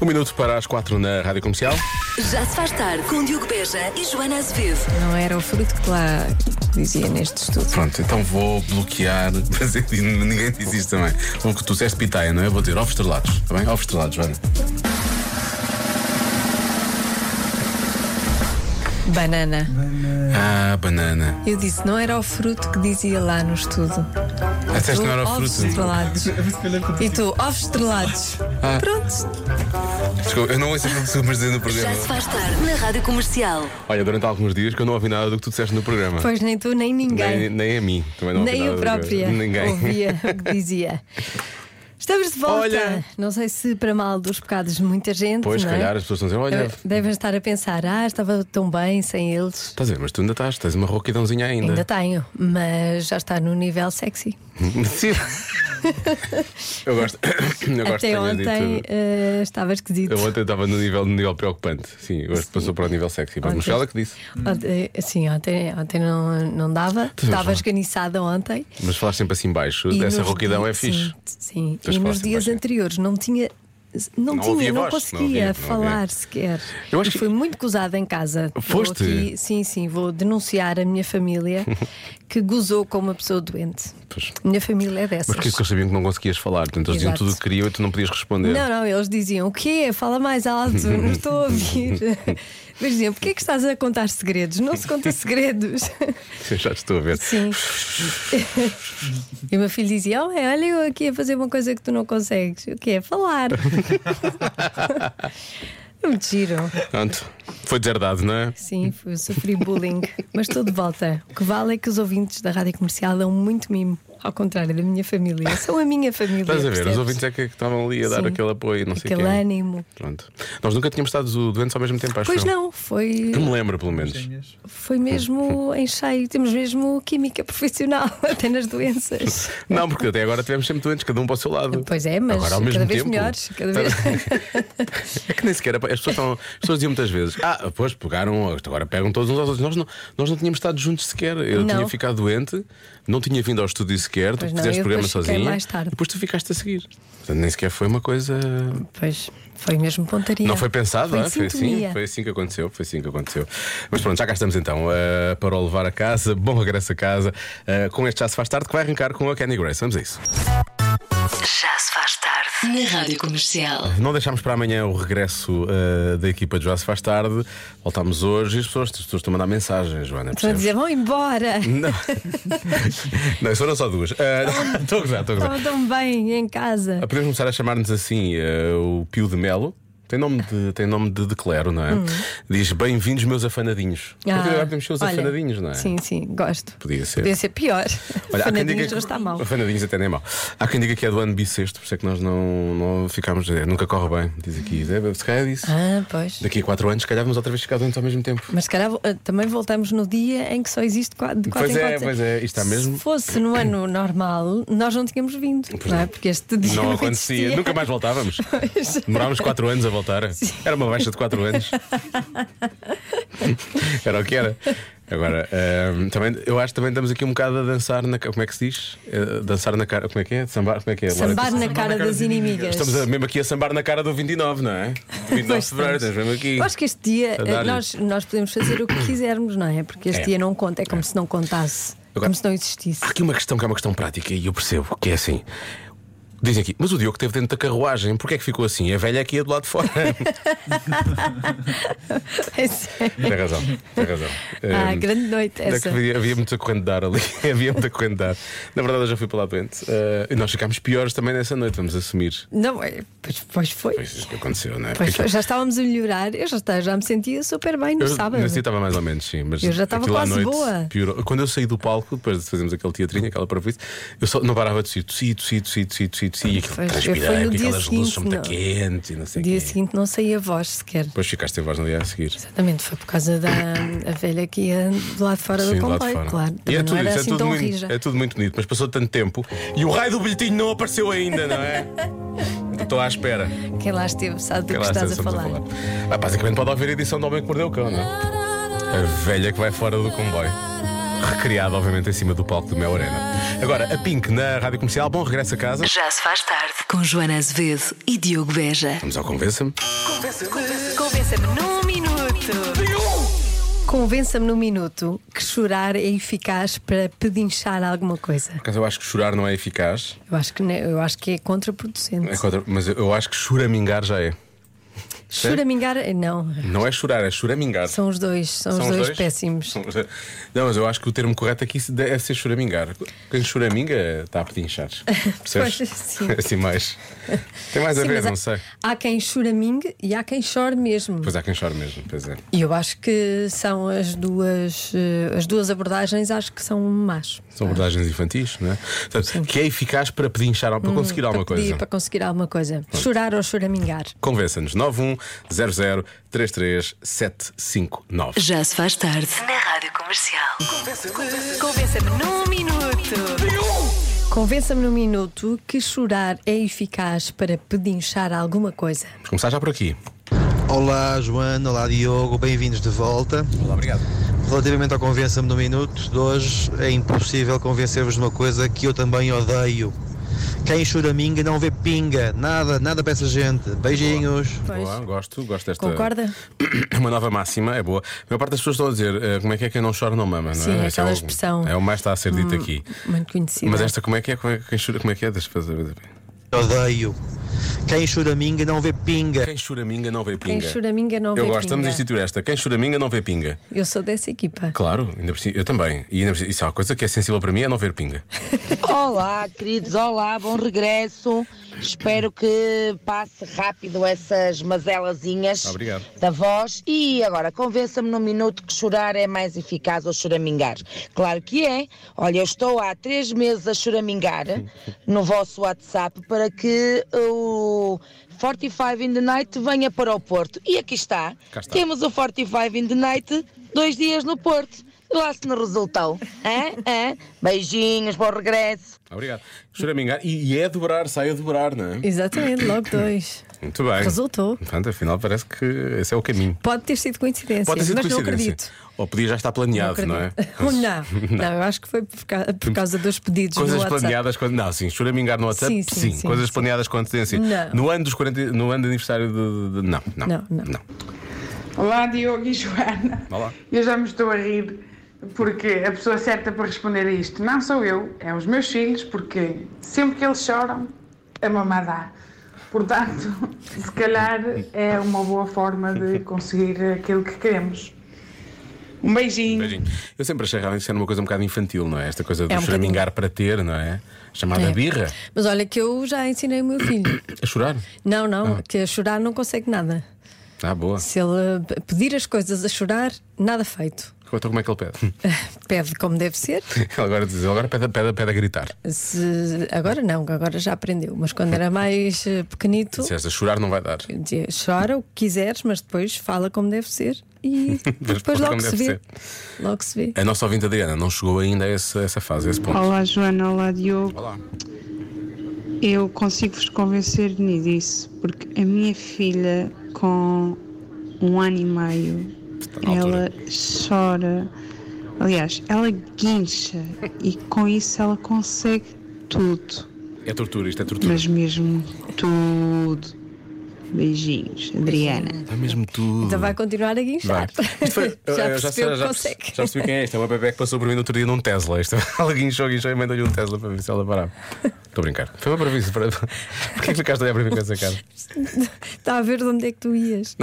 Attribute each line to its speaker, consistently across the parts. Speaker 1: Um minuto para as quatro na Rádio Comercial.
Speaker 2: Já se faz tarde com Diogo Beja e Joana Azevedo.
Speaker 3: Não era o fruto que lá dizia neste estudo.
Speaker 4: Pronto, então vou bloquear. Mas ninguém diz isso também. O que tu disseste pitaia, não é? Vou dizer ovos estrelados, está bem? Ovos estrelados, Joana.
Speaker 3: Banana.
Speaker 4: Ah, banana.
Speaker 3: Eu disse, não era o fruto que dizia lá no estudo.
Speaker 4: Ah, Disseste que não era o
Speaker 3: ovos
Speaker 4: fruto.
Speaker 3: estrelados. E tu, ovos estrelados.
Speaker 1: Ah.
Speaker 3: Pronto.
Speaker 4: Desculpa, eu não ouço aquilo que tu estás no
Speaker 2: Já
Speaker 4: programa.
Speaker 2: se faz tarde na Rádio Comercial.
Speaker 1: Olha, durante alguns dias que eu não ouvi nada do que tu disseste no programa.
Speaker 3: Pois nem tu, nem ninguém.
Speaker 1: Nem, nem a mim. Também não ouvi
Speaker 3: Nem
Speaker 1: nada
Speaker 3: eu
Speaker 1: do-
Speaker 3: própria
Speaker 1: Ninguém.
Speaker 3: ouvia o que dizia. Estamos de volta.
Speaker 1: Olha.
Speaker 3: Não sei se para mal dos pecados de muita gente.
Speaker 1: Pois, se
Speaker 3: não é?
Speaker 1: calhar as pessoas estão a dizer: olha,
Speaker 3: Devem estar a pensar, ah, estava tão bem sem eles.
Speaker 1: estás a ver, mas tu ainda estás, tens uma rouquidãozinha ainda.
Speaker 3: Ainda tenho, mas já está no nível sexy.
Speaker 1: Sim. eu gosto. eu gosto de
Speaker 3: Até
Speaker 1: ter
Speaker 3: ontem
Speaker 1: dito-
Speaker 3: eh, estava esquisito.
Speaker 1: Eu Então, ontem estava no nível, no nível preocupante. Sim, hoje passou para o nível sexy. Mas
Speaker 3: Ontem.
Speaker 1: Michel é que disse.
Speaker 3: Ontem, sim, ontem, ontem não, não dava. Estava esganiçada ontem.
Speaker 1: Mas falar sempre assim baixo,
Speaker 3: E
Speaker 1: dessa
Speaker 3: nos
Speaker 1: rouquidão é
Speaker 3: dias-
Speaker 1: fixe.
Speaker 3: Sim, sim.
Speaker 1: Tens de
Speaker 3: e
Speaker 1: falar
Speaker 3: nos
Speaker 1: sempre
Speaker 3: dias
Speaker 1: baixinho.
Speaker 3: anteriores não tinha. Não,
Speaker 1: Não
Speaker 3: tinha,
Speaker 1: ouvia
Speaker 3: não
Speaker 1: voz, não
Speaker 3: conseguia
Speaker 1: ouvia, não ouvia.
Speaker 3: falar sequer.
Speaker 1: Eu acho
Speaker 3: E
Speaker 1: que-
Speaker 3: Foi muito gozada em casa. Vou
Speaker 1: Foste?
Speaker 3: aqui- sim, sim, vou denunciar a minha família que gozou com uma pessoa doente.
Speaker 1: Pois.
Speaker 3: Minha família é dessas.
Speaker 1: Mas porque isso que eles sabiam que não conseguias falar. Portanto, eles diziam
Speaker 3: Exato.
Speaker 1: tudo o que queriam e tu não podias responder.
Speaker 3: Não, não, eles diziam o quê? Fala mais alto, não estou a ouvir. Mas diziam, porquê é que estás a contar segredos? Não se conta segredos.
Speaker 1: Eu já te estou a ver.
Speaker 3: Sim. e o meu filho dizia: "Oh, mãe, Olha, eu aqui a fazer uma coisa que tu não consegues. O que é? Falar. É muito giro.
Speaker 1: Pronto. Foi deserdado, não é?
Speaker 3: Sim, fui- eu sofri bullying. Mas estou de volta. O que vale é que os ouvintes da rádio comercial dão muito mimo. Ao contrário da minha família. São a minha família.
Speaker 1: Estás a ver?
Speaker 3: percebes?
Speaker 1: Os ouvintes é que que estavam ali a dar
Speaker 3: Sim.
Speaker 1: aquele apoio, não sei o
Speaker 3: Aquele
Speaker 1: quê.
Speaker 3: ânimo.
Speaker 1: Pronto. Nós nunca tínhamos estado doentes ao mesmo tempo, acho
Speaker 3: Pois
Speaker 1: eu.
Speaker 3: não, foi,
Speaker 1: Que me lembro, pelo menos.
Speaker 3: foi mesmo em cheio. Temos mesmo química profissional, até nas doenças.
Speaker 1: Não, porque até agora tivemos sempre doentes, cada um para o seu lado.
Speaker 3: Pois é, mas
Speaker 1: agora, ao mesmo
Speaker 3: cada vez
Speaker 1: tempo, Tá
Speaker 3: melhores, cada vez-
Speaker 1: É que nem sequer. As pessoas, estão, as pessoas diziam muitas vezes: Ah, pois pegaram, agora pegam todos uns aos outros. Nós não, nós não tínhamos estado juntos sequer. Eu
Speaker 3: Não.
Speaker 1: tinha ficado doente, não tinha vindo ao estúdio sequer,
Speaker 3: Pois
Speaker 1: tu
Speaker 3: não,
Speaker 1: fizeste
Speaker 3: eu
Speaker 1: programa
Speaker 3: depois fiquei
Speaker 1: sozinho.
Speaker 3: mais tarde.
Speaker 1: Depois tu ficaste a seguir. Portanto, nem sequer foi uma coisa.
Speaker 3: Pois, foi mesmo pontaria.
Speaker 1: Não foi pensado,
Speaker 3: foi,
Speaker 1: não é? foi assim,
Speaker 3: sintonia.
Speaker 1: foi assim que aconteceu, foi assim que aconteceu. Mas pronto, já cá estamos então eh, para o levar a casa, bom regresso a casa, eh, com este já se faz tarde, que vai arrancar com a Kenny Grace. Vamos a isso.
Speaker 2: Já se faz tarde na Rádio Comercial.
Speaker 1: Não deixámos para amanhã o regresso eh, da equipa de Já se faz tarde. Voltámos hoje e as pessoas, as pessoas estão a mandar mensagens, Joana.
Speaker 3: Estão a
Speaker 1: percebes?
Speaker 3: dizer, vão embora,
Speaker 1: Não, não foram só duas. Eh, Estou a gozar, estou a gozar.
Speaker 3: estão tão bem em casa.
Speaker 1: Ah, Podemos começar é? a chamar-nos assim eh, o Pio de Melo. Tem nome de, tem nome de, de clero, não é? Diz bem-vindos, meus afanadinhos.
Speaker 3: Hum. Ah,
Speaker 1: Porque agora podemos ser os
Speaker 3: olha,
Speaker 1: afanadinhos, não é?
Speaker 3: Sim, sim, gosto.
Speaker 1: Podia ser.
Speaker 3: Podia ser pior.
Speaker 1: há quem
Speaker 3: Afanadinhos
Speaker 1: diga que-
Speaker 3: já está mal.
Speaker 1: Afanadinhos até nem mal. Há quem diga que é do ano bissexto, por isso é que nós não, não ficámos. é, nunca corre bem, diz aqui. É, se calhar disse.
Speaker 3: Ah, pois.
Speaker 1: Daqui a quatro anos, se calhar vamos outra vez ficar doentes ao mesmo tempo.
Speaker 3: Mas se calhar eh, também voltamos no dia em que só existe qua- de 4
Speaker 1: Pois
Speaker 3: em
Speaker 1: é,
Speaker 3: 4
Speaker 1: pois é, isto está mesmo.
Speaker 3: Se fosse no ano normal, nós não tínhamos vindo, não é? Porque este dia
Speaker 1: Não acontecia,
Speaker 3: existia.
Speaker 1: nunca mais voltávamos.
Speaker 3: Pois.
Speaker 1: Demorámos 4 anos a voltar. Era uma baixa de 4 anos. era o que era. Agora, ahm, também, eu acho que também estamos aqui um bocado a dançar na. ca- Como é que se diz? Eh, dançar na cara. Como é que é? Sambar, como é que é? Laura?
Speaker 3: Sambar na cara das inimigas.
Speaker 1: Estamos a- mesmo aqui a sambar na cara do 29, não é? Do 29 de fevereiro, estamos mesmo aqui.
Speaker 3: Eu acho que este dia
Speaker 1: A
Speaker 3: eh,
Speaker 1: dar-lhe.
Speaker 3: nós, nós podemos fazer o que quisermos, não é? Porque este
Speaker 1: É.
Speaker 3: dia não conta, é como se não contasse,
Speaker 1: Agora-
Speaker 3: como se não existisse.
Speaker 1: Há aqui uma questão que é uma questão prática e eu percebo que é assim. Dizem aqui, mas o Diogo esteve dentro da carruagem, porque é que ficou assim? A velha é que ia do lado de fora.
Speaker 3: Pois é.
Speaker 1: tem razão, tem razão. Ehm,
Speaker 3: Ah,
Speaker 1: Ahm,
Speaker 3: grande noite
Speaker 1: Ainda é que
Speaker 3: essa.
Speaker 1: havia, havia muita corrente de ar ali, havia muita corrente de ar. Na verdade, eu já fui para lá doente. Eh, e nós ficámos piores também nessa noite, vamos assumir.
Speaker 3: Não, é, pois, pois foi.
Speaker 1: Pois isso que aconteceu, não é?
Speaker 3: Pois
Speaker 1: Porque
Speaker 3: foi, já estávamos a melhorar. Eu já, está- já me sentia super bem no
Speaker 1: eu,
Speaker 3: sábado.
Speaker 1: Nesse dia estava mais ou menos, sim. Mas
Speaker 3: Eu já estava
Speaker 1: aquilo à
Speaker 3: quase
Speaker 1: noite
Speaker 3: boa.
Speaker 1: piorou. Quando eu saí do palco, depois de fazermos aquele teatrinho, aquela parvoíce, eu só não parava de tossir, tossi, tossi, tossi, tossi, tossi, e aquilo
Speaker 3: Pois, eu fui
Speaker 1: transpirei,
Speaker 3: no
Speaker 1: porque
Speaker 3: dia
Speaker 1: aquelas luzes são
Speaker 3: seguinte,
Speaker 1: muito quentes e não sei
Speaker 3: No
Speaker 1: o
Speaker 3: dia
Speaker 1: quê.
Speaker 3: seguinte não saía voz sequer.
Speaker 1: Depois ficaste em voz no dia a seguir.
Speaker 3: Exatamente, foi por causa da a velha que ia do lado de fora
Speaker 1: Sim,
Speaker 3: do
Speaker 1: do lado de
Speaker 3: comboio,
Speaker 1: fora.
Speaker 3: claro.
Speaker 1: E
Speaker 3: Também
Speaker 1: é
Speaker 3: não
Speaker 1: tudo,
Speaker 3: era
Speaker 1: isso,
Speaker 3: assim
Speaker 1: é, tudo
Speaker 3: tão
Speaker 1: muito,
Speaker 3: rija.
Speaker 1: é tudo muito bonito, mas passou tanto tempo e o raio do bilhetinho não apareceu ainda, não é? Estou à espera.
Speaker 3: Quem lá esteve sabe do
Speaker 1: Que
Speaker 3: que,
Speaker 1: É lá
Speaker 3: estás a
Speaker 1: estamos
Speaker 3: falar.
Speaker 1: Ah, basicamente pode ouvir a edição do Homem que Mordeu o Cão, não é? A velha que vai fora do comboio. recriado, obviamente, em cima do palco do Mel Arena. Agora, a Pink na rádio comercial. Bom regresso a casa.
Speaker 2: Já se faz tarde. Com Joana Azevedo e Diogo Beja.
Speaker 1: Vamos ao Convença-me.
Speaker 2: Convença-me num minuto.
Speaker 3: Convença-me num minuto que chorar é eficaz para pedinchar alguma coisa.
Speaker 1: Por acaso, eu acho que chorar não é eficaz,
Speaker 3: Eu acho que, ne- eu acho que é contraproducente.
Speaker 1: é contra- mas eu- eu acho que choramingar já é.
Speaker 3: Choramingar, eh, não.
Speaker 1: Não é chorar, é choramingar.
Speaker 3: São os dois, são, os dois, péssimos.
Speaker 1: São os dois. Não, mas eu acho que o termo correto aqui se- deve ser choramingar. Quem choraminga está a pedinchar. Percebes?
Speaker 3: Pois, sim.
Speaker 1: É assim mais. Tem mais a
Speaker 3: Sim,
Speaker 1: é ver,
Speaker 3: mas
Speaker 1: não
Speaker 3: há-
Speaker 1: sei.
Speaker 3: Há quem choramingue e há quem chore mesmo.
Speaker 1: Pois há quem chore mesmo, pois é.
Speaker 3: E eu acho que são as duas, eh, as duas abordagens, acho que são más.
Speaker 1: São abordagens infantis, não é? Portanto, que é eficaz para pedinchar, para conseguir alguma
Speaker 3: Hum, para, pedir-
Speaker 1: coisa.
Speaker 3: para conseguir alguma coisa. Chorar ou choramingar.
Speaker 1: Convença-nos. 910033759.
Speaker 2: Já se faz tarde. Na rádio comercial. Convença-me num minuto.
Speaker 3: Convença-me num minuto que chorar é eficaz para pedinchar alguma coisa.
Speaker 1: Vamos começar já por aqui.
Speaker 5: Olá Joana, olá Diogo, bem-vindos de volta.
Speaker 1: Olá, obrigado.
Speaker 5: Relativamente ao Convença-me no Minuto de hoje, é impossível convencer-vos de uma coisa que eu também odeio. Quem chora minga não vê pinga, nada, nada para essa gente. Beijinhos.
Speaker 1: Boa, gosto, gosto desta.
Speaker 3: Concorda?
Speaker 1: Uma nova máxima, é boa. A maior parte das pessoas estão a dizer eh, como é que é quem não chora não mama, não
Speaker 3: Sim,
Speaker 1: é? Esse
Speaker 3: aquela
Speaker 1: é o-
Speaker 3: expressão. Hum.
Speaker 1: É o mais que está a ser dito aqui.
Speaker 3: Muito conhecida.
Speaker 1: Mas esta como é que é? Como é, que- quem chora, como é que é? Deixa eu fazer.
Speaker 5: Odeio. Quem chora minga não vê pinga.
Speaker 1: Quem choraminga não vê pinga.
Speaker 3: Quem choraminga não
Speaker 1: eu
Speaker 3: vê
Speaker 1: gosto, estamos a
Speaker 3: pinga.
Speaker 1: instituir esta. Quem choraminga não vê pinga.
Speaker 3: Eu sou dessa equipa.
Speaker 1: Claro, ainda por cima- eu também. E ainda por cima- isso é uma coisa que é sensível para mim é não ver pinga.
Speaker 6: Olá, queridos, olá, bom regresso. Espero que passe rápido essas mazelazinhas
Speaker 1: Obrigado.
Speaker 6: da voz. E agora, convença-me num minuto que chorar é mais eficaz ou choramingar. Claro que é. Olha, eu estou há três meses a choramingar no vosso WhatsApp para que o 45 in the Night venha para o Porto. E aqui está.
Speaker 1: Cá está.
Speaker 6: Temos o 45 in the Night dois dias no Porto. E Lá se não resultou. Hã? Hã? Beijinhos, bom regresso.
Speaker 1: Obrigado. Choramingar e, e é dobrar, sai a dobrar, não é?
Speaker 3: Exatamente, logo dois.
Speaker 1: Muito bem.
Speaker 3: Resultou.
Speaker 1: Portanto, afinal parece que esse é o caminho.
Speaker 3: Pode ter sido coincidência,
Speaker 1: Pode ter sido
Speaker 3: mas não
Speaker 1: coincidência.
Speaker 3: acredito.
Speaker 1: Ou podia já estar
Speaker 3: Não
Speaker 1: planeado, não, é?
Speaker 3: acredito. Ou não, não, eu acho que foi por ca- por causa dos pedidos no
Speaker 1: Coisas
Speaker 3: WhatsApp.
Speaker 1: planeadas quando. Não, sim, choramingar no WhatsApp,
Speaker 3: Sim,
Speaker 1: sim.
Speaker 3: sim, sim,
Speaker 1: Coisas
Speaker 3: sim.
Speaker 1: planeadas com antecedência.
Speaker 3: Não.
Speaker 1: No ano dos 40, no ano de aniversário de. de- de- Não, não.
Speaker 3: Não, não.
Speaker 7: Olá, Diogo e Joana.
Speaker 1: Olá.
Speaker 7: Eu já me estou a rir porque a pessoa certa para responder a isto não sou eu, é os meus filhos, porque sempre que eles choram, a mamá dá. Portanto, se calhar é uma boa forma de conseguir aquilo que queremos. Um beijinho.
Speaker 1: Beijinho. Eu sempre achei realmente que isso era uma coisa um bocado infantil, não é? Esta coisa do
Speaker 3: É um
Speaker 1: choramingar para ter, não é? Chamada
Speaker 3: É.
Speaker 1: birra.
Speaker 3: Mas olha que eu já ensinei o meu filho.
Speaker 1: A chorar.
Speaker 3: Não, não, que a chorar não consegue nada.
Speaker 1: Ah, boa.
Speaker 3: Se ele p- pedir as coisas a chorar, nada feito.
Speaker 1: Então como é que ele pede?
Speaker 3: Pede como deve ser.
Speaker 1: ele agora diz, ele agora pede, pede, pede a gritar.
Speaker 3: Se- agora não, agora já aprendeu. Mas quando era mais eh, pequenito,
Speaker 1: Disseste, a chorar não vai dar.
Speaker 3: eu dizia, chora o que quiseres, mas depois fala como deve ser e depois
Speaker 1: como
Speaker 3: logo se
Speaker 1: deve É.
Speaker 3: vê. Logo se vê.
Speaker 1: A nossa ouvinte Adriana não chegou ainda a esse- essa fase, a esse ponto.
Speaker 8: Olá Joana, olá Diogo.
Speaker 1: Olá.
Speaker 8: Eu consigo vos convencer nisso, porque a minha filha com um ano e meio,
Speaker 1: na
Speaker 8: ela chora, aliás, ela guincha e com isso ela consegue tudo,
Speaker 1: É tortura, isto é tortura.
Speaker 8: mas mesmo tudo. Beijinhos, Adriana.
Speaker 1: Dá mesmo tudo.
Speaker 3: Então vai continuar a
Speaker 1: Vai.
Speaker 3: guinchar.
Speaker 1: Isto foi- eu-
Speaker 3: já
Speaker 1: eu
Speaker 3: percebeu que
Speaker 1: já,
Speaker 3: consegue.
Speaker 1: já percebi quem é este. É uma bebé que passou por mim no outro dia num Tesla. Isto, ela guinchou, guinchou e mandou-lhe um Tesla para ver se ela parava. Estou a brincar. Foi uma previsão. Para... Porquê que ficaste a olhar para mim com essa cara?
Speaker 3: Está a ver de onde é que tu ias.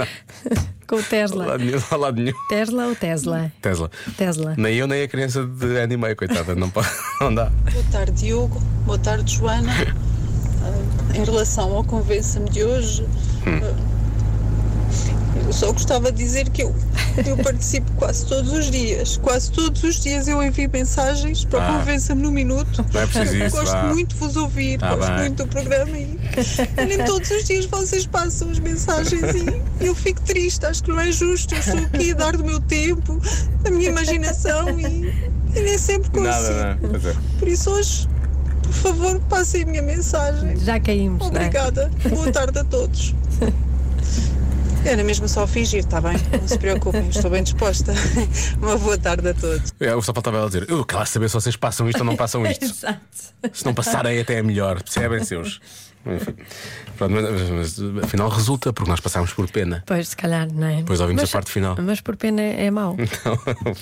Speaker 3: Com o
Speaker 1: Não há
Speaker 3: Tesla.
Speaker 1: lado nenhum, não há lado nenhum.
Speaker 3: Tesla ou Tesla?
Speaker 1: Tesla.
Speaker 3: Tesla.
Speaker 1: Nem eu, nem a criança de ano e meio, coitada. Não, pode, não dá.
Speaker 9: Boa tarde, Diogo. Boa tarde, Joana. Ah, em relação ao Convença-me de hoje,
Speaker 1: Hum.
Speaker 9: ah, eu só gostava de dizer que eu, eu participo quase todos os dias. Quase todos os dias eu envio mensagens para
Speaker 1: Ah.
Speaker 9: o Convença-me no Minuto.
Speaker 1: Não é preciso isso,
Speaker 9: Gosto
Speaker 1: vá.
Speaker 9: muito de vos ouvir,
Speaker 1: Tá
Speaker 9: gosto
Speaker 1: bem.
Speaker 9: muito do programa e, e nem todos os dias vocês passam as mensagens e eu fico triste, acho que não é justo. Eu estou aqui a dar do meu tempo, da minha imaginação e, e nem sempre consigo.
Speaker 1: Nada, não. Pois é.
Speaker 9: Por isso hoje, por favor, passem a minha mensagem.
Speaker 3: Já caímos. não é?
Speaker 9: Obrigada. Boa tarde a todos.
Speaker 10: Era mesmo só fingir, está bem? Não se preocupem, estou bem disposta. Uma boa tarde a todos.
Speaker 1: Eu só faltava ela dizer, eu quero saber se vocês passam isto ou não passam isto.
Speaker 3: Exato.
Speaker 1: Se não passarem, até é melhor, percebem seus. Enfim. Pronto, mas, mas, mas, afinal resulta, porque nós passámos por pena.
Speaker 3: Pois, se calhar, não é?
Speaker 1: Depois ouvimos a parte final.
Speaker 3: Mas por pena é mau.
Speaker 1: Então, ela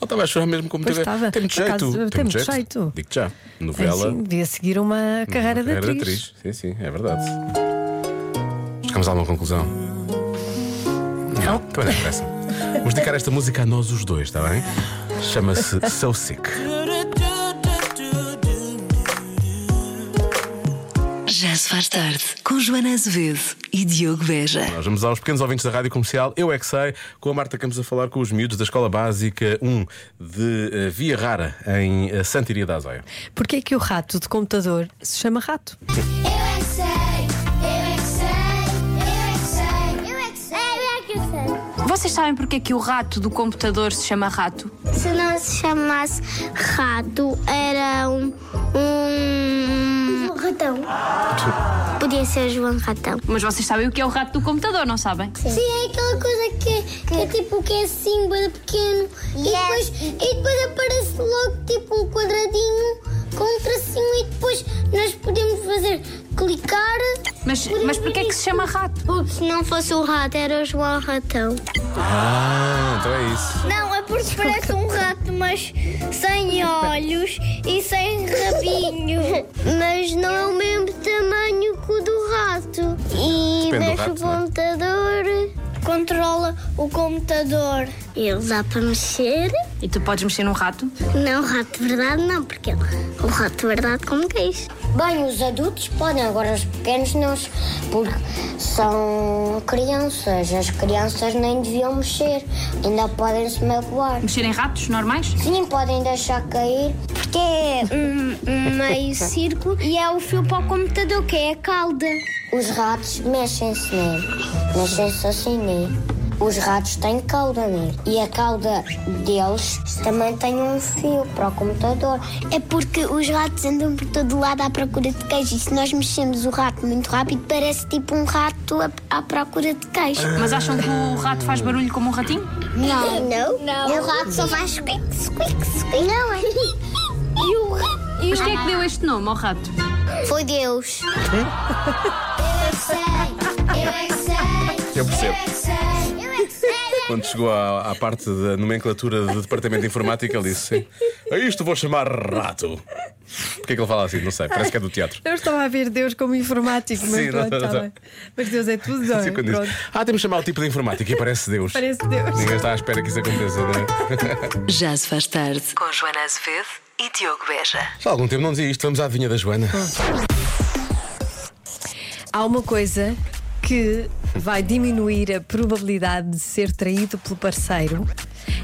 Speaker 1: estava a chorar mesmo como
Speaker 3: Pois
Speaker 1: teve.
Speaker 3: estava.
Speaker 1: Tem muito
Speaker 3: Por acaso,
Speaker 1: jeito.
Speaker 3: tem muito jeito.
Speaker 1: Digo já.
Speaker 3: Sim,
Speaker 1: Novela.
Speaker 3: sim, É assim, devia seguir uma carreira de
Speaker 1: Era
Speaker 3: atriz.
Speaker 1: atriz. Sim, sim, é verdade. Chegamos a alguma conclusão? Não, também não interessa. Vamos dedicar esta música a nós os dois, está bem? Chama-se So Sick.
Speaker 2: Já se faz tarde com Joana Azevedo e Diogo Beja.
Speaker 1: Nós vamos aos pequenos ouvintes da Rádio Comercial, eu é que sei, com a Marta Campos a falar com os miúdos da Escola Básica 1 de eh, Via Rara, em eh, Santiria da Azóia.
Speaker 3: Porquê é que o rato de computador se chama rato?
Speaker 9: Eu é que sei, eu é que sei, eu é que sei, eu é que sei, eu
Speaker 8: Vocês sabem porque é que o rato do computador se chama rato?
Speaker 9: é que sei. Se não se chamasse rato, era um. um. ratão. Podia ser João Ratão.
Speaker 8: Mas vocês sabem o que é o rato do computador, não sabem?
Speaker 9: Sim, é aquela coisa que, que é tipo que é assim, bem pequeno e, depois, e depois aparece logo tipo um quadradinho com um tracinho e depois nós podemos fazer clicar.
Speaker 8: Mas, mas porquê é que se chama rato?
Speaker 9: Porque se não fosse o rato, era o João Ratão.
Speaker 1: Ah, então é isso.
Speaker 9: Não, é porque parece um rato, mas sem olhos e sem rabinho. Mas não é o mesmo tamanho que o do rato. E
Speaker 1: Depende do rato,
Speaker 9: mexe o
Speaker 1: não é?
Speaker 9: computador, controla o computador. Ele dá para mexer?
Speaker 8: E tu podes mexer num rato?
Speaker 9: Não, rato de verdade não, porque o rato de verdade como queijo. Bem, os adultos podem, agora os pequenos não, porque são crianças. As crianças nem deviam mexer, ainda podem se magoar.
Speaker 8: Mexer em ratos normais?
Speaker 9: Sim, podem deixar cair, porque é um, um meio círculo e é o fio para o computador, que é a cauda. Os ratos mexem-se nele, mexem-se assim nele. Os ratos têm cauda nele e a cauda deles também tem um fio para o computador. É porque os ratos andam por todo lado à procura de queijo e se nós mexemos o rato muito rápido, parece tipo um rato à, à procura de queijo.
Speaker 8: Mas acham que o rato faz barulho como um ratinho?
Speaker 9: Não. Não? Não. O rato só faz squeak, squeak, squeak. Não, é. E o rato.
Speaker 8: Mas quem é que deu este nome ao rato?
Speaker 9: Foi Deus. Eu é que sei, eu é que sei. é
Speaker 1: Eu percebo.
Speaker 9: que sei, eu é que sei.
Speaker 1: Quando chegou à, à parte da nomenclatura do departamento de informática, ele disse: "Sim, A isto vou chamar rato. Porquê é que ele fala assim? Não sei, parece que é do teatro.
Speaker 3: Eu estava a ver Deus como informático, mas
Speaker 1: Sim,
Speaker 3: pronto,
Speaker 1: não,
Speaker 3: está
Speaker 1: não.
Speaker 3: bem. Mas Deus é tudo, não é?
Speaker 1: Assim, quando diz,
Speaker 3: Pronto,
Speaker 1: ah, temos de chamar o tipo de informática e aparece Deus.
Speaker 3: parece Deus.
Speaker 1: Ninguém está à espera que isso aconteça, não é?
Speaker 2: Já se faz tarde com Joana Azevedo e Diogo Beja.
Speaker 1: Já há algum tempo não dizia isto, vamos à adivinha da Joana.
Speaker 3: Há uma coisa que vai diminuir a probabilidade de ser traído pelo parceiro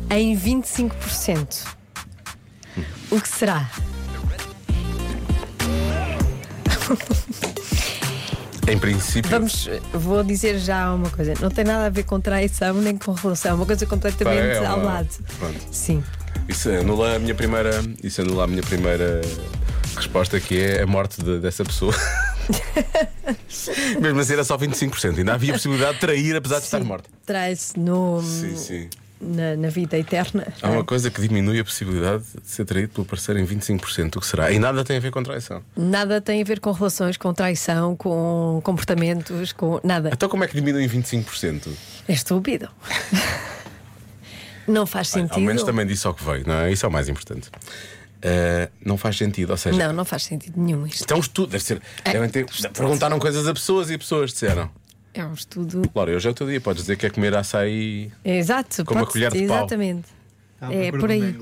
Speaker 3: em 25%. O que será?
Speaker 1: Em princípio,
Speaker 3: Vamos, vou dizer já uma coisa. Não tem nada a ver com traição nem com relação. É uma coisa completamente
Speaker 1: Pá, é uma-
Speaker 3: ao lado.
Speaker 1: pronto.
Speaker 3: Sim.
Speaker 1: isso anula a minha primeira. Isso anula a minha primeira resposta que é a morte de- dessa pessoa. Mesmo assim era só 25%. Ainda havia possibilidade de trair apesar de estar morta.
Speaker 3: Trai-se no.
Speaker 1: Sim, sim.
Speaker 3: Na, na vida eterna.
Speaker 1: Há uma coisa que diminui a possibilidade de ser traído pelo parceiro em 25%. O que será? E nada tem a ver com traição.
Speaker 3: Nada tem a ver com relações, com traição, com comportamentos, com nada.
Speaker 1: Então como é que diminui em 25%?
Speaker 3: É estúpido. Não faz
Speaker 1: Bem,
Speaker 3: sentido.
Speaker 1: ao menos também disse ao que veio, não é? Isso é o mais importante. Ah, não faz sentido, ou seja,
Speaker 3: Não, É. não faz sentido nenhum isto.
Speaker 1: Então, estudo, deve ser. Devem ter, perguntaram coisas a pessoas e pessoas disseram:
Speaker 3: É um estudo.
Speaker 1: Laura, hoje é o teu dia, podes dizer que é comer açaí.
Speaker 3: É Exato,
Speaker 1: Com uma
Speaker 3: pode-se-
Speaker 1: colher de pau.
Speaker 3: Exatamente. É por aí.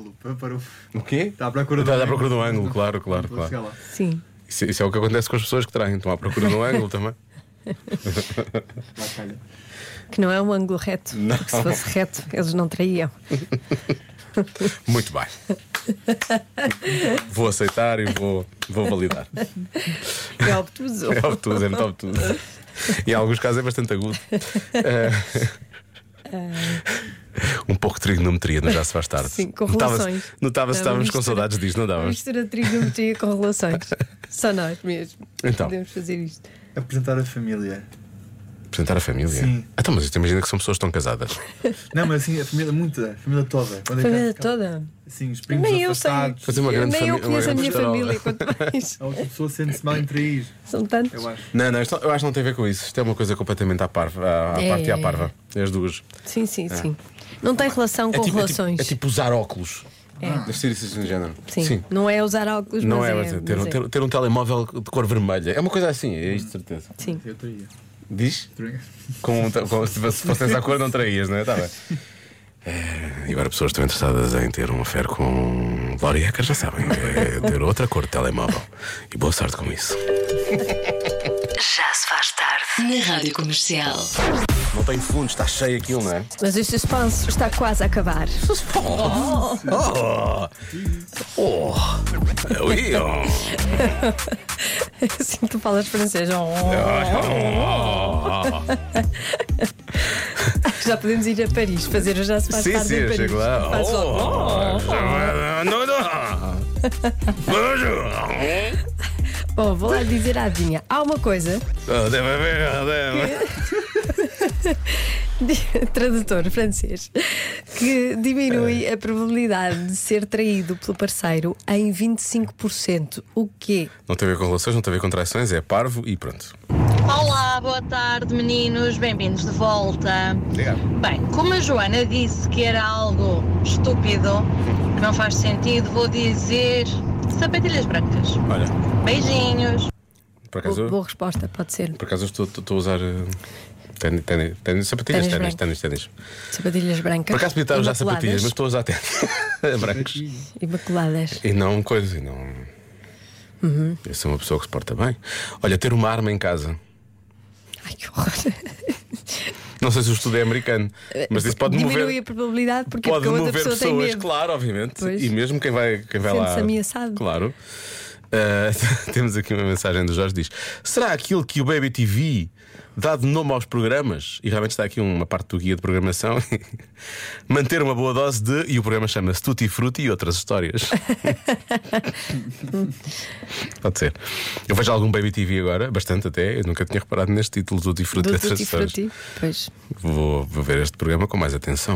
Speaker 1: O quê? Está
Speaker 5: à procura do
Speaker 1: Tá à
Speaker 5: ângulo.
Speaker 1: procura de um ângulo, claro, claro, claro.
Speaker 3: Sim.
Speaker 1: Isso, isso é o que acontece com as pessoas que traem, estão à procura de um ângulo também.
Speaker 3: Que não é um ângulo reto. Porque se fosse reto, eles não traíam.
Speaker 1: Muito bem. Vou aceitar e vou, vou validar.
Speaker 3: É obtuso.
Speaker 1: É obtuso, é muito obtuso. Em alguns casos é bastante agudo. Ah. Um pouco de trigonometria, não já se faz tarde.
Speaker 3: Sim, com relações.
Speaker 1: Notava-se notava
Speaker 3: Dá uma
Speaker 1: estávamos com
Speaker 3: mistura.
Speaker 1: saudades disto, não
Speaker 3: Uma
Speaker 1: dávamos?
Speaker 3: mistura de trigonometria com relações. Só nós mesmo.
Speaker 1: Então.
Speaker 3: Podemos fazer isto.
Speaker 5: Apresentar a família.
Speaker 1: Apresentar a família?
Speaker 4: Sim.
Speaker 1: Ah, Então, mas isto imagina que são pessoas que estão casadas.
Speaker 4: Não, mas assim, a família, muita, a família toda. Quando é que há-
Speaker 3: Família toda.
Speaker 4: Sim, assim, os primos
Speaker 3: Nem eu sei.
Speaker 4: afastados.
Speaker 1: Fazer uma grande
Speaker 3: Nem
Speaker 1: família-
Speaker 3: eu
Speaker 1: uma
Speaker 3: conheço a
Speaker 1: grande
Speaker 3: minha
Speaker 1: pastoral.
Speaker 3: família, quanto mais.
Speaker 4: A outra pessoa sente-se mal em trair,
Speaker 3: São tantos.
Speaker 4: eu acho.
Speaker 1: Não, não, isto- eu acho que não tem a ver com isso. Isto é uma coisa completamente à, parva, à, à
Speaker 3: É,
Speaker 1: parte e à
Speaker 3: é,
Speaker 1: parva. É as duas.
Speaker 3: Sim, sim, sim. Não tem relação com
Speaker 1: é, tipo, é, tipo,
Speaker 3: relações.
Speaker 1: é tipo usar óculos. É. Deve ser isso assim do género.
Speaker 3: Sim. Não é usar óculos,
Speaker 1: Não
Speaker 3: mas
Speaker 1: é,
Speaker 3: é,
Speaker 1: mas é, ter,
Speaker 3: mas
Speaker 1: um,
Speaker 3: é.
Speaker 1: ter, ter um telemóvel de cor vermelha. É uma coisa assim, é isto de certeza.
Speaker 3: Sim.
Speaker 4: Eu traía.
Speaker 1: Diz?
Speaker 4: Traía.
Speaker 1: Com, um te- com- se fosse essa cor, não traías, não é? Tá bem. É, E agora pessoas estão interessadas em ter uma fé com Lorieca, já sabem. É ter outra cor de telemóvel. E boa sorte com isso.
Speaker 2: Já se faz tarde. Na Rádio Comercial.
Speaker 1: Não tem fundo, está cheio aquilo, não é?
Speaker 3: Mas este espaço está quase a acabar.
Speaker 1: Oh! Oh! Oui, oh.
Speaker 3: Assim que tu falas francês. Oh,
Speaker 1: É. Oh!
Speaker 3: Já podemos ir a Paris fazer o já se faz
Speaker 1: Sim,
Speaker 3: tarde
Speaker 1: sim,
Speaker 3: em
Speaker 1: eu
Speaker 3: Paris.
Speaker 1: chego lá.
Speaker 3: Faz
Speaker 1: Oh, oh, não, não. Bonjour.
Speaker 3: Bom, vou lá dizer à adivinha. Há uma coisa,
Speaker 1: Oh, Deve haver, oh, deve haver.
Speaker 3: de- tradutor francês, que diminui
Speaker 1: É.
Speaker 3: a probabilidade de ser traído pelo parceiro em 25%. O quê?
Speaker 1: Não tem a ver com relações, não tem a ver com traições, é parvo e pronto.
Speaker 11: Olá, boa tarde meninos, bem-vindos de volta.
Speaker 1: Obrigado.
Speaker 11: Bem, como a Joana disse que era algo estúpido, que não faz sentido, vou dizer sapatilhas brancas.
Speaker 1: Olha,
Speaker 11: Beijinhos.
Speaker 1: por acaso,
Speaker 3: Boa, boa resposta, pode ser.
Speaker 1: por acaso eu estou, estou- estou a usar. eh, Tênis, tênis, tênis, sapatilhas,
Speaker 3: Tênis
Speaker 1: tênis,
Speaker 3: branco.
Speaker 1: tênis, tênis.
Speaker 3: Sapatilhas brancas.
Speaker 1: Por acaso podia estar a usar
Speaker 3: imaculadas,
Speaker 1: sapatilhas, mas estou a usar tênis brancos.
Speaker 3: Imaculadas.
Speaker 1: E não coisa, e não.
Speaker 3: Uhum.
Speaker 1: Eu sou uma pessoa que se porta bem. Olha, ter uma arma em casa.
Speaker 3: Ai, que horror.
Speaker 1: Não sei se o estudo é americano, mas isso pode
Speaker 3: diminui
Speaker 1: mover.
Speaker 3: a probabilidade porque, é
Speaker 1: Pode
Speaker 3: porque a
Speaker 1: mover
Speaker 3: outra pessoa tem
Speaker 1: pessoas,
Speaker 3: medo.
Speaker 1: claro, obviamente.
Speaker 3: Pois.
Speaker 1: E mesmo quem vai, quem vai lá.
Speaker 3: Sente-se ameaçado.
Speaker 1: Claro. Uh, temos aqui uma mensagem do Jorge diz: Será aquilo que o Baby TV dá de nome aos programas? E realmente está aqui uma parte do guia de programação. Manter uma boa dose de. E o programa chama-se Tutti Frutti e outras histórias. Pode ser. Eu vejo algum Baby TV agora, bastante até. Eu nunca tinha reparado neste título Tutti Frutti e
Speaker 3: Do
Speaker 1: outras
Speaker 3: Tutti
Speaker 1: histórias.
Speaker 3: Frutti. Pois.
Speaker 1: Vou, vou ver este programa com mais atenção.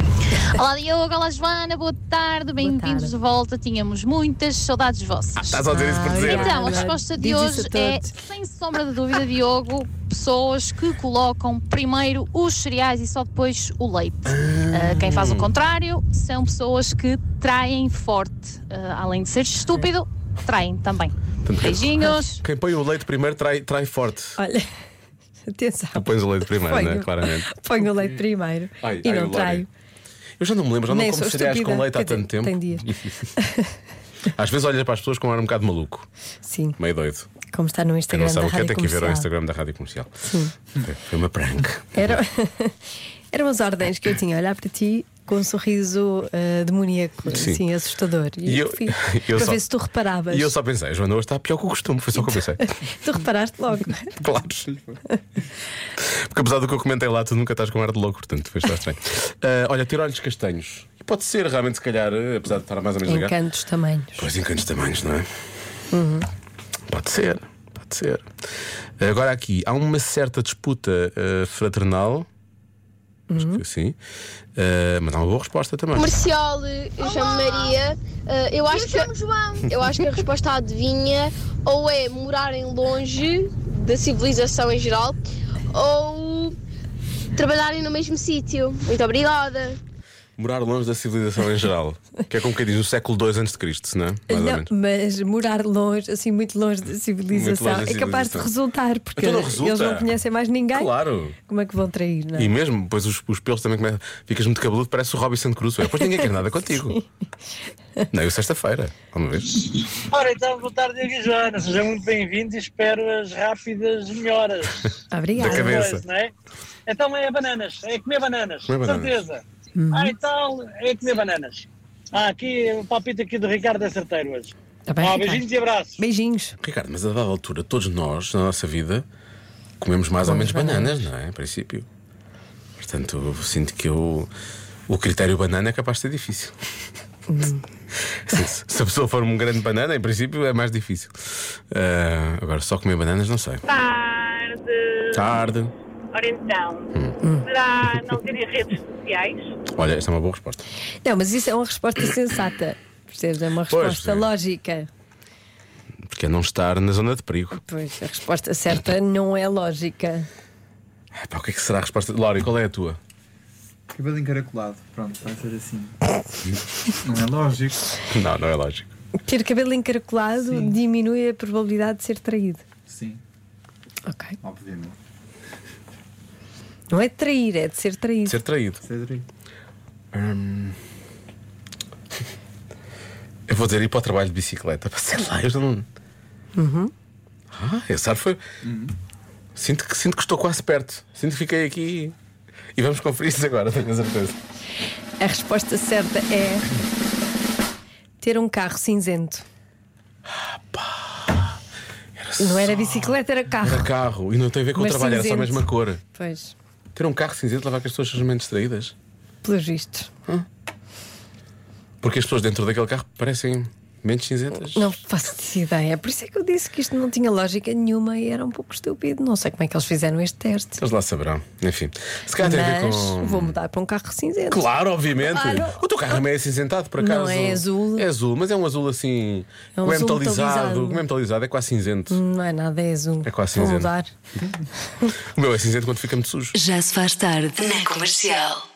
Speaker 11: Olá Diogo, olá Joana, boa tarde, bem-vindos de volta. Tínhamos muitas saudades vossas.
Speaker 1: Estás a dizer isso por dizer?
Speaker 3: obrigada.
Speaker 11: Então, a resposta de
Speaker 3: Diz isso
Speaker 11: hoje
Speaker 3: a
Speaker 11: é,
Speaker 3: todos.
Speaker 11: sem sombra de dúvida, Diogo, pessoas que colocam primeiro os cereais e só depois o leite. Ah, quem faz o contrário são pessoas que traem forte. Ah, além de ser estúpido, traem também. Beijinhos.
Speaker 1: Quem põe o leite primeiro trai, trai forte.
Speaker 3: Olha, atenção.
Speaker 1: Tu pões o leite primeiro,
Speaker 3: Ponho.
Speaker 1: não é? Claramente.
Speaker 3: Ponho o leite primeiro
Speaker 1: Ai,
Speaker 3: e
Speaker 1: ai,
Speaker 3: não
Speaker 1: o Lório.
Speaker 3: traio.
Speaker 1: Eu já não me lembro, já
Speaker 3: Nem
Speaker 1: não como
Speaker 3: sou
Speaker 1: cereais
Speaker 3: estúpida.
Speaker 1: com leite há
Speaker 3: Quer dizer,
Speaker 1: tanto tempo.
Speaker 3: tem dias.
Speaker 1: Às vezes olhas para as pessoas com um ar um bocado maluco,
Speaker 3: Sim,
Speaker 1: meio doido.
Speaker 3: como está no
Speaker 1: Quem não
Speaker 3: Instagram da
Speaker 1: sabe o que é,
Speaker 3: Rádio
Speaker 1: tem que ir ver
Speaker 3: Comercial.
Speaker 1: ao Instagram da Rádio Comercial. Sim. Foi uma prank.
Speaker 3: Era... Eram as ordens que eu tinha, olhar para ti com um sorriso ah, demoníaco,
Speaker 1: Sim.
Speaker 3: assim, assustador.
Speaker 1: E eu-
Speaker 3: fui
Speaker 1: eu
Speaker 3: para
Speaker 1: só-
Speaker 3: ver se tu reparavas.
Speaker 1: E eu só pensei, Joana, hoje está pior que o costume, foi só o que eu pensei.
Speaker 3: Tu reparaste logo.
Speaker 1: Claro. Porque apesar do que eu comentei lá, tu nunca estás com ar de louco, portanto, foi só estranho. Ah, olha, ter olhos castanhos. E pode ser realmente, se calhar, eh, apesar de estar mais ou menos ligado.
Speaker 3: Encantos, tamanhos.
Speaker 1: Pois encantos tamanhos, não é? Pode ser, pode ser. Agora aqui, há uma certa disputa eh, fraternal. Acho que sim. Eh, mas há uma boa resposta também.
Speaker 11: Comercial, eh, eu chamo Maria. Eh, eu acho que eu acho que a resposta adivinha ou é morarem longe da civilização em geral ou trabalharem no mesmo sítio. Muito obrigada.
Speaker 1: Morar longe da civilização em geral. que é como quem diz no século II antes de Cristo, não é? Mais ou
Speaker 3: Não,
Speaker 1: menos.
Speaker 3: mas morar longe, assim, muito longe da civilização,
Speaker 1: longe da
Speaker 3: é capaz de
Speaker 1: civilização.
Speaker 3: resultar, porque
Speaker 1: Então não resulta.
Speaker 3: eles não conhecem mais ninguém.
Speaker 1: Claro.
Speaker 3: Como é que vão trair, não é?
Speaker 1: E mesmo, depois os, os pelos também começam. Ficas muito cabeludo, parece o Robinson Crusoe. Depois ninguém quer nada contigo. Não, eu sexta-feira. Vamos ver.
Speaker 12: Ora, então, boa tarde, Diego e Joana. Sejam muito bem-vindos e espero as rápidas melhoras.
Speaker 1: Da
Speaker 3: Obrigada.
Speaker 1: cabeça.
Speaker 12: Pois, não é? Então é bananas, é comer bananas,
Speaker 1: Comer bananas.
Speaker 12: certeza. Ah, e tal, é comer bananas. Ah, aqui, o palpite aqui do Ricardo é certeiro hoje.
Speaker 3: Tá bem,
Speaker 12: ah,
Speaker 3: Ricardo.
Speaker 12: beijinhos e abraços.
Speaker 3: Beijinhos.
Speaker 1: Ricardo, mas a dada altura, todos nós, na nossa vida, comemos mais ou menos
Speaker 3: Comemos
Speaker 1: bananas, não é? Em princípio. Portanto, eu sinto que eu, o critério banana é capaz de ser difícil. se, se a pessoa for um grande banana, em princípio é mais difícil. Ah, agora, só comer bananas, não sei.
Speaker 9: Tarde.
Speaker 1: Tarde. Hum.
Speaker 13: Ora então, será não terem redes sociais?
Speaker 1: Olha, esta é uma boa resposta.
Speaker 3: Não, mas isso é uma resposta sensata. Percebes? É uma
Speaker 1: Pois,
Speaker 3: resposta
Speaker 1: sim.
Speaker 3: lógica.
Speaker 1: Porque é não estar na zona de perigo.
Speaker 3: Pois, a resposta certa não é lógica.
Speaker 1: Ah, pá, o que é que será a resposta? Lori, qual é a tua?
Speaker 14: Cabelo encaracolado, pronto, vai ser assim. Não é lógico.
Speaker 1: Não, não é lógico.
Speaker 3: Ter cabelo encaracolado diminui a probabilidade de ser traído.
Speaker 14: Sim.
Speaker 3: Ok.
Speaker 14: Obviamente.
Speaker 3: Não é de trair, é de ser traído.
Speaker 1: Ser traído.
Speaker 14: Ser traído.
Speaker 1: Hum. Eu vou dizer ir para o trabalho de bicicleta. Pá, Sei lá, eu não.
Speaker 3: Uhum.
Speaker 1: Ah, esse ar foi. Sinto, que, sinto que estou quase perto. Sinto que fiquei aqui. E vamos conferir isso agora, tenho a certeza.
Speaker 3: A resposta certa é ter um carro cinzento. não era bicicleta, era carro.
Speaker 1: Era carro. E não tem a ver com
Speaker 3: Ah. Mas
Speaker 1: o trabalho, era só a
Speaker 3: cinzento.
Speaker 1: mesma cor.
Speaker 3: Pois,
Speaker 1: Ter um carro cinzento levar que as pessoas sejam menos distraídas.
Speaker 3: pelos vistos.
Speaker 1: Porque as pessoas dentro daquele carro parecem menos cinzentas.
Speaker 3: Não faço ideia. Por isso é que eu disse que isto não tinha lógica nenhuma e era um pouco estúpido. Não sei como é que eles fizeram este teste.
Speaker 1: Eles lá saberão. Enfim. Se calhar tem a ver
Speaker 3: Mas
Speaker 1: com.
Speaker 3: vou mudar para um carro cinzento.
Speaker 1: Claro, obviamente.
Speaker 3: Claro.
Speaker 1: O teu carro é meio acinzentado, por
Speaker 3: Não
Speaker 1: acaso.
Speaker 3: é azul.
Speaker 1: É azul, mas é um azul assim.
Speaker 3: É um
Speaker 1: como é
Speaker 3: azul metalizado.
Speaker 1: metalizado. Como é metalizado, é quase cinzento.
Speaker 3: Não é nada, é azul.
Speaker 1: É quase
Speaker 3: Vou
Speaker 1: cinzento.
Speaker 3: mudar.
Speaker 1: O meu é cinzento quando fica muito sujo.
Speaker 2: Já se faz tarde na comercial.